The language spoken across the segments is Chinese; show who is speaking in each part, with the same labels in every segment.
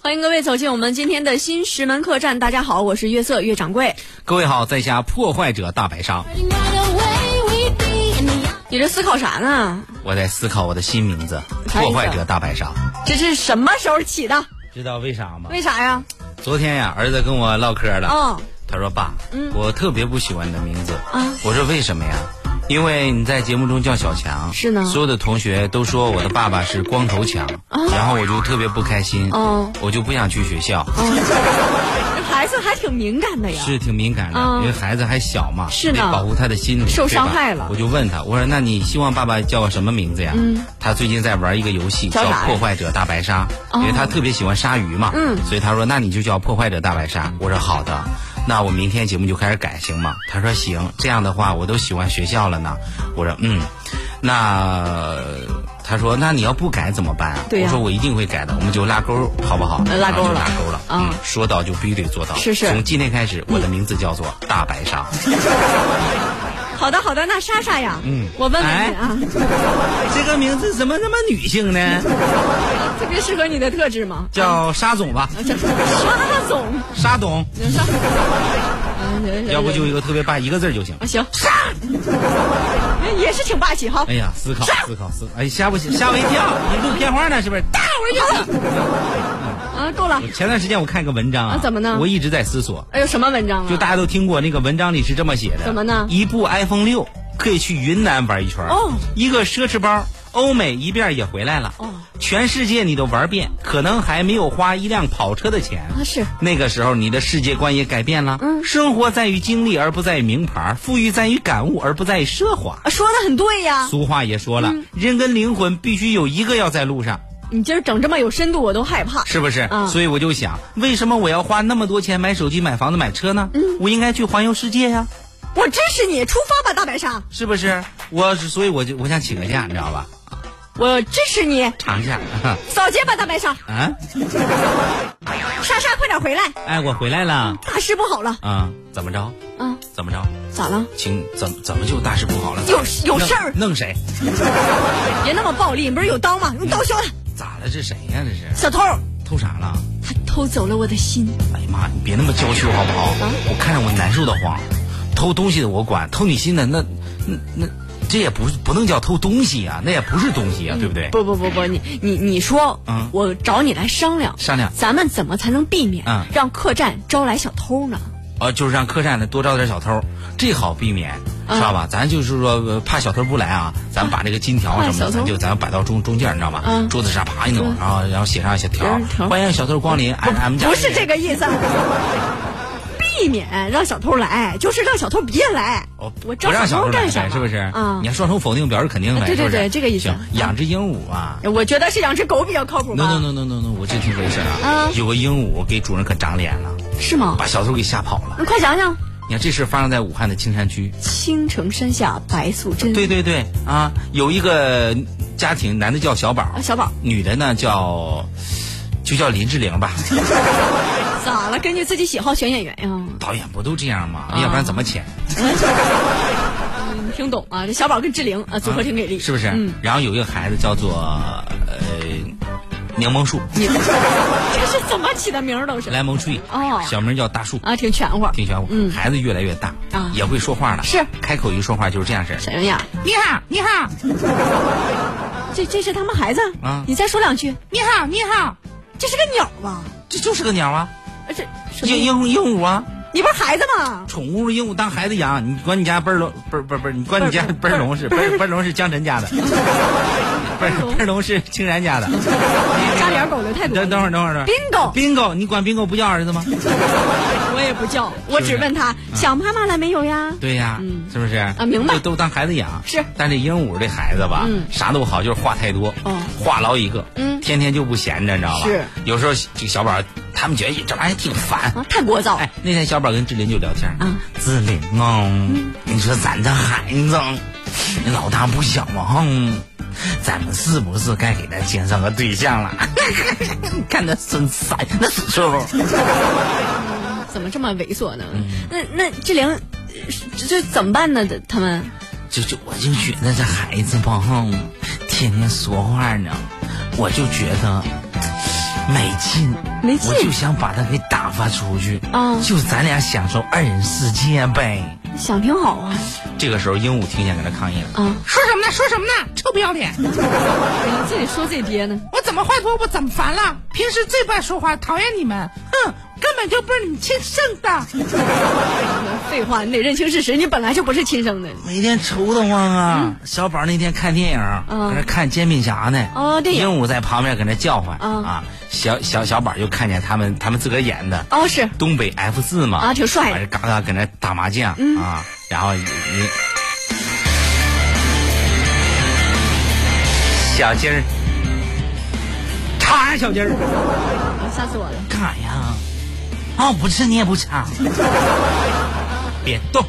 Speaker 1: 欢迎各位走进我们今天的新石门客栈。大家好，我是月色月掌柜。
Speaker 2: 各位好，在下破坏者大白鲨，
Speaker 1: 你这思考啥呢？
Speaker 2: 我在思考我的新名字“
Speaker 1: 啥意思
Speaker 2: 破坏者大白鲨
Speaker 1: 这是什么时候起的？”，
Speaker 2: 知道为啥吗？
Speaker 1: 为啥呀？
Speaker 2: 昨天呀，儿子跟我唠嗑了，
Speaker 1: 嗯
Speaker 2: 他说：“爸，我特别不喜欢你的名字。”
Speaker 1: 啊
Speaker 2: 我说：“为什么呀？”因为你在节目中叫小强，
Speaker 1: 是呢
Speaker 2: 所有的同学都说我的爸爸是光头强，然后我就特别不开心，
Speaker 1: 哦
Speaker 2: 我就不想去学校，
Speaker 1: 这孩子还挺敏感的呀。
Speaker 2: 是挺敏感的，
Speaker 1: 嗯
Speaker 2: 因为孩子还小嘛，
Speaker 1: 是
Speaker 2: 得
Speaker 1: 呢
Speaker 2: 保护他的心理
Speaker 1: 受
Speaker 2: 对吧
Speaker 1: 伤害了嗯
Speaker 2: 我就问他，我说：“那你希望爸爸叫我什么名字呀？”他最近在玩一个游戏
Speaker 1: 叫啥
Speaker 2: 叫
Speaker 1: 呀
Speaker 2: 《破坏者大白鲨》，因为他特别喜欢鲨鱼嘛，
Speaker 1: 哦嗯
Speaker 2: 所以他说：“那你就叫破坏者大白鲨。”我说：“好的。”那我明天节目就开始改行吗？他说行，这样的话我都喜欢学校了呢。我说嗯，那他说那你要不改怎么办啊？
Speaker 1: 对呀
Speaker 2: 我说我一定会改的，我们就拉钩好不好？
Speaker 1: 呃拉钩了
Speaker 2: 然后就拉钩了。
Speaker 1: 嗯
Speaker 2: 嗯，说到就必须得做到。
Speaker 1: 是是
Speaker 2: 从今天开始，我的名字叫做大白鲨。
Speaker 1: 好的好的，那莎莎呀，
Speaker 2: 嗯
Speaker 1: 我问问你啊，
Speaker 2: 这个名字怎么那么女性呢？哎
Speaker 1: 特别适合你的特质吗？啊
Speaker 2: 叫沙总吧，
Speaker 1: 沙总，
Speaker 2: 沙董，
Speaker 1: 沙，嗯
Speaker 2: 要不就一个特别霸一个字儿就行
Speaker 1: 啊。行，沙，也是挺霸气哈。
Speaker 2: 哎呀，思考思考思，哎，吓不吓我一跳？你录片花呢是不是？大
Speaker 1: 好了
Speaker 2: 嗯
Speaker 1: 啊，够了。
Speaker 2: 前段时间我看一个文章
Speaker 1: 啊，
Speaker 2: 啊
Speaker 1: 怎么呢
Speaker 2: 我一直在思索，
Speaker 1: 哎呦，什么文章
Speaker 2: 就
Speaker 1: 啊？
Speaker 2: 大家都听过那个文章里是这么写的，
Speaker 1: 怎么呢
Speaker 2: 一部 iPhone 六可以去云南玩一圈儿
Speaker 1: 哦
Speaker 2: 一个奢侈包。欧美一遍也回来了，
Speaker 1: 哦
Speaker 2: 全世界你都玩遍，可能还没有花一辆跑车的钱。
Speaker 1: 啊是
Speaker 2: 那个时候你的世界观也改变了，嗯，生活在于经历而不在于名牌，富裕在于感悟而不在于奢华。
Speaker 1: 啊说的很对呀，
Speaker 2: 俗话也说了，
Speaker 1: 嗯
Speaker 2: 人跟灵魂必须有一个要在路上，
Speaker 1: 你今儿整这么有深度，我都害怕。
Speaker 2: 是不是？
Speaker 1: 嗯
Speaker 2: 所以我就想，为什么我要花那么多钱买手机、买房子、买车
Speaker 1: 嗯
Speaker 2: 呢？我应该去环游世界呀、
Speaker 1: 我支持你，出发吧，大白鲨！
Speaker 2: 是不是？我所以我就我想请个假，你知道吧？
Speaker 1: 我支持你，
Speaker 2: 长假
Speaker 1: 扫街吧，大白鲨！
Speaker 2: 啊！
Speaker 1: 莎莎，快点回来，
Speaker 2: 哎，我回来了。
Speaker 1: 大事不好了！
Speaker 2: 啊、怎么着？
Speaker 1: 啊，
Speaker 2: 怎么着？
Speaker 1: 咋了？
Speaker 2: 请怎怎么就大事不好了？
Speaker 1: 有有事儿
Speaker 2: 弄弄谁？
Speaker 1: 别那么暴力，你不是有刀吗？用刀削他！
Speaker 2: 咋了？这谁呀、这是
Speaker 1: 小偷，
Speaker 2: 偷啥了？
Speaker 1: 他偷走了我的心。
Speaker 2: 哎呀妈！你别那么娇羞好不好？
Speaker 1: 嗯
Speaker 2: 我看着我难受的慌。偷东西的我管，偷你心的那那那，这也不是不能叫偷东西啊，那也不是东西啊，对不对？
Speaker 1: 不不不不，你你你说，
Speaker 2: 嗯
Speaker 1: 我找你来商量
Speaker 2: 商量
Speaker 1: 咱们怎么才能避免、
Speaker 2: 嗯
Speaker 1: 让客栈招来小偷呢？
Speaker 2: 啊，就是让客栈的多招点小偷，这好避免，
Speaker 1: 嗯
Speaker 2: 知道吧？咱就是说呃怕小偷不来啊，咱把这个金条啊
Speaker 1: 怕
Speaker 2: 什么
Speaker 1: 小
Speaker 2: 的，
Speaker 1: 偷
Speaker 2: 咱就咱摆到中中间，你知道吧？
Speaker 1: 嗯
Speaker 2: 桌子上啪一弄，然后然后写上小条
Speaker 1: 写上条，
Speaker 2: 欢迎小偷光临俺俺们家。
Speaker 1: 不是这。个意思，啊 避免让小偷来，就是让小偷别来。
Speaker 2: 哦，
Speaker 1: 我
Speaker 2: 不
Speaker 1: 招
Speaker 2: 让小偷
Speaker 1: 偷
Speaker 2: 来
Speaker 1: 干啥？
Speaker 2: 是不是？
Speaker 1: 啊
Speaker 2: 你，看双重否定表示肯定呗，
Speaker 1: 啊对对
Speaker 2: 是不是
Speaker 1: 对这个意思
Speaker 2: 行，养只鹦鹉啊。
Speaker 1: 我觉得是养只狗比较靠谱吧
Speaker 2: no no no no no no，我这听回事啊，
Speaker 1: 嗯
Speaker 2: 有个鹦鹉给主人可长脸了，
Speaker 1: 是吗？
Speaker 2: 把小偷给吓跑了。
Speaker 1: 你快讲讲，
Speaker 2: 你看这事发生在武汉的青山区，
Speaker 1: 青城山下白素贞。
Speaker 2: 对对对啊，有一个家庭，男的叫小宝
Speaker 1: 啊，，小宝，
Speaker 2: 女的呢叫，就叫林志 玲吧。
Speaker 1: 咋了？根据自己喜好选演员呀？
Speaker 2: 导演不都这样吗？
Speaker 1: 啊
Speaker 2: 要不然怎么请？
Speaker 1: 你听懂啊？这小宝跟志玲啊，组合挺给力，
Speaker 2: 是不是？
Speaker 1: 嗯，
Speaker 2: 然后有一个孩子叫做呃柠檬树
Speaker 1: 你这是怎么起的名儿都是
Speaker 2: （lemon tree），
Speaker 1: 哦
Speaker 2: 小名叫大树。
Speaker 1: 啊，挺全乎。
Speaker 2: 挺玄乎，
Speaker 1: 嗯
Speaker 2: 孩子越来越大，
Speaker 1: 啊
Speaker 2: 也会说话了。
Speaker 1: 是
Speaker 2: 开口一说话就是这样式儿。
Speaker 1: 什么呀？
Speaker 2: 你好，你好，
Speaker 1: 这这是他们孩子
Speaker 2: 啊
Speaker 1: 你再说两句，
Speaker 2: 你好，你好，
Speaker 1: 这是个鸟吧？
Speaker 2: 这就是个鸟啊，
Speaker 1: 啊，这什么
Speaker 2: 鹦鹦鹦鹉啊，
Speaker 1: 你不是孩子吗？
Speaker 2: 宠物鹦鹉当孩子养，你管你家奔龙，不是不是不是，你管你家奔龙是奔奔龙是江晨 家的，奔奔龙是青然家的。
Speaker 1: 家里养狗的太多了。
Speaker 2: 等等会儿，等会儿，等会
Speaker 1: ，bingo，
Speaker 2: 儿。bingo，你管 bingo 不叫儿 子吗？
Speaker 1: 我也不叫，我
Speaker 2: 是
Speaker 1: 只
Speaker 2: 不是啊
Speaker 1: 问他想妈妈了没有呀？
Speaker 2: 对呀，是不是？啊
Speaker 1: 嗯明白
Speaker 2: 都都当孩子养。
Speaker 1: 是
Speaker 2: 但这鹦鹉这孩子吧，
Speaker 1: 嗯
Speaker 2: 啥都好，就是话太多，
Speaker 1: 哦
Speaker 2: 话痨一个，
Speaker 1: 嗯
Speaker 2: 天天就不闲着，你知道吧？
Speaker 1: 是。
Speaker 2: 有时候这小宝儿他们觉得这玩意儿挺烦，
Speaker 1: 啊，太聒噪。
Speaker 2: 哎，那天小宝跟志玲就聊天儿
Speaker 1: 嗯，
Speaker 2: 志玲啊，你说咱这孩子老大不小啊，嗯咱们是不是该给他介绍个对象了？ 看他身材，那死叔，
Speaker 1: 怎么这么猥琐呢？
Speaker 2: 嗯
Speaker 1: 那那志玲，呃这这怎么办呢？这他们
Speaker 2: 就就我就觉得这孩子吧，哼天天说话呢，我就觉得没劲。
Speaker 1: 没
Speaker 2: 我就
Speaker 1: 劲，
Speaker 2: 想把他给打发出去，
Speaker 1: 啊
Speaker 2: 就咱俩享受二人世界呗。
Speaker 1: 想挺好啊
Speaker 2: 这个时候，鹦鹉听见搁那抗议了，
Speaker 1: 啊！
Speaker 3: 说什么呢？说什么呢？臭不要脸！
Speaker 1: 怎么自己说自己爹呢？
Speaker 3: 我怎么话多，我怎么烦了？平时最不爱说话，讨厌你们，哼，根本就不是你们亲生的。
Speaker 1: 废话，你得认清事实，你本来就不是亲生的。
Speaker 2: 每天愁得慌啊。小宝那天看电影，
Speaker 1: 嗯
Speaker 2: 搁那看《煎饼侠》呢。
Speaker 1: 哦电影
Speaker 2: 鹦鹉在旁边搁那叫唤
Speaker 1: 嗯
Speaker 2: 啊。小小小宝就看见他们他们自个儿演的
Speaker 1: 哦，是
Speaker 2: 东北 F 四嘛，
Speaker 1: 啊挺帅的嗯
Speaker 2: 完事嘎嘎搁那打麻将啊，然后你。你小鸡儿，插呀，小鸡儿。
Speaker 1: 哦吓死我了！
Speaker 2: 干啥呀？哦，不吃你也不插，别动，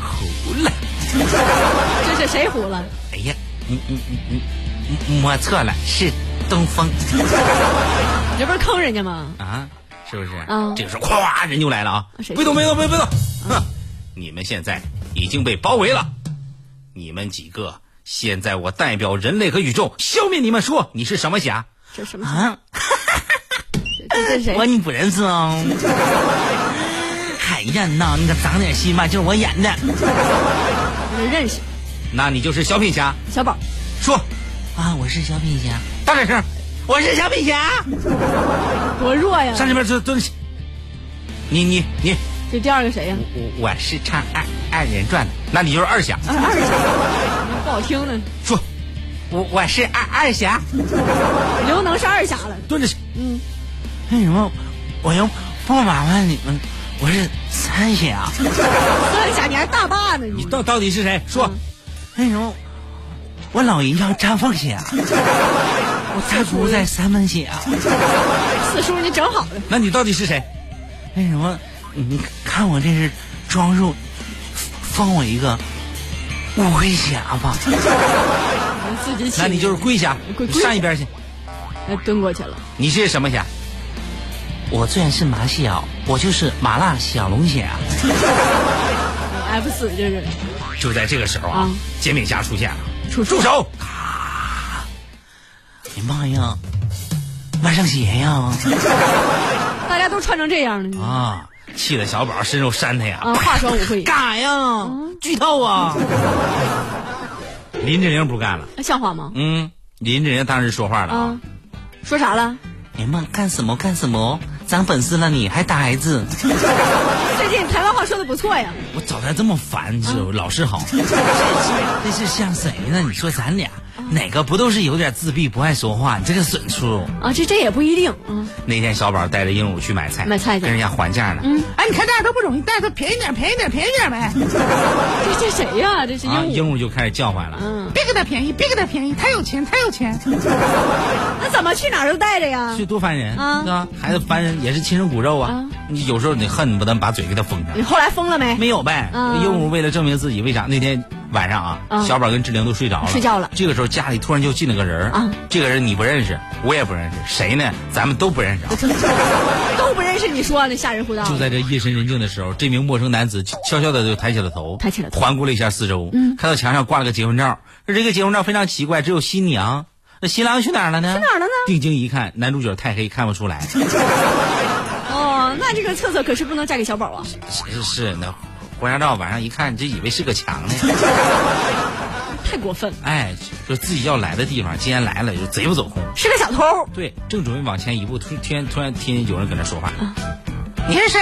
Speaker 2: 胡了。
Speaker 1: 这是谁胡了？
Speaker 2: 哎呀，嗯嗯嗯嗯，摸错了，是东风
Speaker 1: 你这不是坑人家吗？
Speaker 2: 啊，是不是？
Speaker 1: 嗯
Speaker 2: 这个时候咵人就来了啊！嗯
Speaker 1: 谁
Speaker 2: 别动，别动，别动别动！哼，你们现在已经被包围了，你们几个，现在我代表人类和宇宙消灭你们！说你是什么侠
Speaker 1: 这什么？
Speaker 2: 啊？
Speaker 1: 这这是谁？
Speaker 2: 我你不认识 哦。哎呀，那你可长点心吧，就是我演的。
Speaker 1: 我认识
Speaker 2: 那你就是小品侠，
Speaker 1: 小宝，
Speaker 2: 说啊，我是小品侠，大点声，我是小品侠，
Speaker 1: 多弱呀！
Speaker 2: 上这边蹲蹲下。你你你，
Speaker 1: 这第二个谁呀？
Speaker 2: 我我是唱二二人转的，那你就是二侠。
Speaker 1: 啊二侠，不好听呢。
Speaker 2: 说，我我是二二侠，
Speaker 1: 刘能是二侠了，
Speaker 2: 蹲着去。
Speaker 1: 嗯，
Speaker 2: 为什么我又不麻烦你们？我是三侠，
Speaker 1: 三侠你还大坝呢，你
Speaker 2: 你 到到底是谁？说，嗯为什么我老姨叫张凤 侠，我大姑在三门峡？
Speaker 1: 四叔你整好了，
Speaker 2: 那你到底是谁？为什么你看我这是装束，放我一个乌龟侠吧？
Speaker 1: 你自己起。
Speaker 2: 那你就是龟侠，
Speaker 1: 龟
Speaker 2: 你
Speaker 1: 龟侠
Speaker 2: 上一边去。
Speaker 1: 哎蹲过去了。
Speaker 2: 你是什么侠？我虽然是麻小，我就是麻辣小龙虾。
Speaker 1: F 四这是
Speaker 2: 就在这个时候啊
Speaker 1: 啊，
Speaker 2: 煎饼侠出现了，
Speaker 1: 出
Speaker 2: 住手！咔！你妈呀，万圣节呀！
Speaker 1: 大家都穿成这样呢。
Speaker 2: 啊，气得小宝伸手扇他呀！
Speaker 1: 啊，化妆舞会
Speaker 2: 干啥呀？剧透啊！林志玲不干了。
Speaker 1: 像话吗？
Speaker 2: 嗯，林志玲当时说话了啊
Speaker 1: 啊，，说啥了？
Speaker 2: 你们干什么干什么？长本事了你还打孩子？
Speaker 1: 最近台湾话说的不错呀。
Speaker 2: 我早他这么烦，是
Speaker 1: 啊
Speaker 2: 老是 好。这这是像谁呢？你说咱俩哪个不都是有点自闭不爱说话？你这个损出。
Speaker 1: 啊，这这也不一定。嗯，
Speaker 2: 那天小宝带着鹦鹉去买菜，
Speaker 1: 买菜去嗯
Speaker 2: 跟人家还价呢。
Speaker 3: 哎，你看大家都不容易，但是便宜点，便宜点，便宜点呗，
Speaker 1: 这这谁呀？这是鹦
Speaker 2: 啊，
Speaker 1: 鹉。
Speaker 2: 鹦鹉就开始叫唤了。
Speaker 1: 嗯，
Speaker 3: 别给他便宜，别给他便宜，他有钱，他有钱。
Speaker 1: 那怎么去哪儿都带着呀
Speaker 2: 这？多烦人
Speaker 1: 啊
Speaker 2: 是吧？孩子烦人也是亲生骨肉啊
Speaker 1: 啊。嗯
Speaker 2: 你有时候你恨不得把嘴给他封上
Speaker 1: 你。后来疯了没？
Speaker 2: 没有呗，
Speaker 1: 嗯
Speaker 2: 鹦鹉为了证明自己，为啥那天晚上啊，
Speaker 1: 嗯
Speaker 2: 小宝跟志玲都睡着了，
Speaker 1: 睡觉了
Speaker 2: 这个时候家里突然就进了个人儿
Speaker 1: 嗯
Speaker 2: 这个人你不认识，我也不认识，谁呢？咱们都不认识啊。
Speaker 1: 都不认识你说啊那吓人胡道。
Speaker 2: 就在这夜深人静的时候，这名陌生男子悄悄的就抬起了头，
Speaker 1: 抬起了头嗯
Speaker 2: 环顾了一下四周，看到墙上挂了个结婚照，而这个结婚照非常奇怪，只有新娘，那新郎去哪儿了呢？去
Speaker 1: 哪儿了呢
Speaker 2: 定睛一看，男主角太黑看不 出来，
Speaker 1: 哦，那这个策策可是不能嫁给小宝啊。
Speaker 2: 是是那婚纱照晚上一看，这以为是个墙呢。
Speaker 1: 太过分了，
Speaker 2: 哎，就自己要来的地方，既然来了，就贼不走空。
Speaker 1: 是个小偷。
Speaker 2: 对，正准备往前一步，突天突然听见有人搁那说话，
Speaker 3: 你是谁？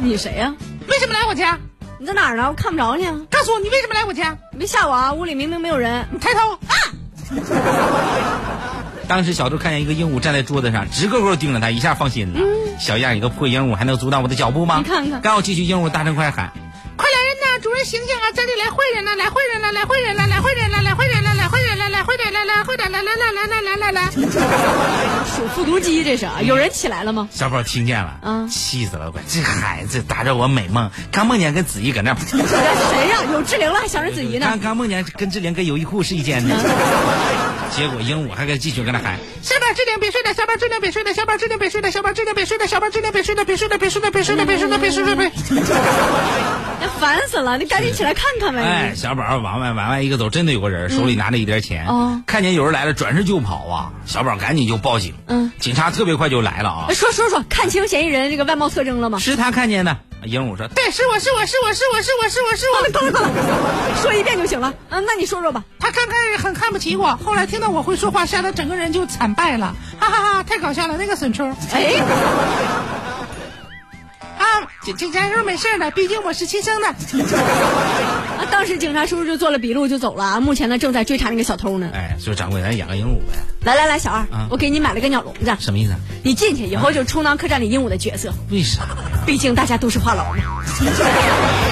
Speaker 1: 你谁呀、
Speaker 3: 为什么来我家？
Speaker 1: 你在哪儿呢？我看不着你啊，
Speaker 3: 告诉我，你为什么来我家？
Speaker 1: 你别吓我啊！屋里明明没有人。
Speaker 3: 你抬头啊！
Speaker 2: 当时小豆看见一个鹦鹉站在桌子上，直勾勾盯着他，一下放心了。小样，一个破鹦鹉还能阻挡我的脚步吗？
Speaker 1: 嗯你看看
Speaker 2: 刚要继续，鹦鹉大声快喊，
Speaker 3: 快来人呐！主人醒醒啊！这里来坏人了，来坏人了，来坏人了，来坏人了，来坏人了，来坏人了，来坏人了，来坏人了，来来来来来来来！
Speaker 1: 数复读机这是啊？有人起来了吗？
Speaker 2: 小宝听见了，
Speaker 1: 嗯
Speaker 2: 气死了！我这孩子打着我美梦，刚梦见跟子怡搁那儿，
Speaker 1: 谁呀、有志玲了还想着子怡呢
Speaker 2: 刚？刚梦见跟志玲跟优衣库是一间的。结果鹦鹉还给继续跟他喊，
Speaker 3: 下班指定别睡了，下班指定别睡了，下班指定别睡了，下班指定别睡了，下班指定别睡了，别睡了，别睡了，别睡了，别睡了，别睡了，别。
Speaker 1: 哎烦死了！你赶紧起来看看呗。
Speaker 2: 哎，小宝往外往外一个走，真的有个人手里拿着一叠钱，
Speaker 1: 哦
Speaker 2: 看见有人来了，转身就跑啊！小宝赶紧就报警，
Speaker 1: 嗯
Speaker 2: 警察特别快就来了啊
Speaker 1: 哎，说说说，看清嫌疑人这个外貌特征了吗？
Speaker 2: 是他看见的。鹦鹉说
Speaker 3: 对，是我是我是我是我是我是我是
Speaker 1: 够了
Speaker 3: 我。
Speaker 1: 够了够了，说一遍就行了。嗯，那你说说吧。
Speaker 3: 他刚开始很看不起我，后来听到我会说话，吓得整个人就惨败了，哈哈哈！太搞笑了，那个损虫
Speaker 1: 哎，
Speaker 3: 啊！这这家肉没事了，毕竟我是亲生的。
Speaker 1: 啊，当时警察叔叔就做了笔录就走了啊。目前呢，正在追查那个小偷：“呢。
Speaker 2: 哎，说掌柜，咱养个鹦鹉呗，
Speaker 1: 来来来，小二，
Speaker 2: 啊
Speaker 1: 我给你买了个鸟笼子，
Speaker 2: 什么意思？啊
Speaker 1: 你进去以后就充当客栈里鹦鹉的角色，
Speaker 2: 为啥？
Speaker 1: 毕竟大家都是话痨嘛。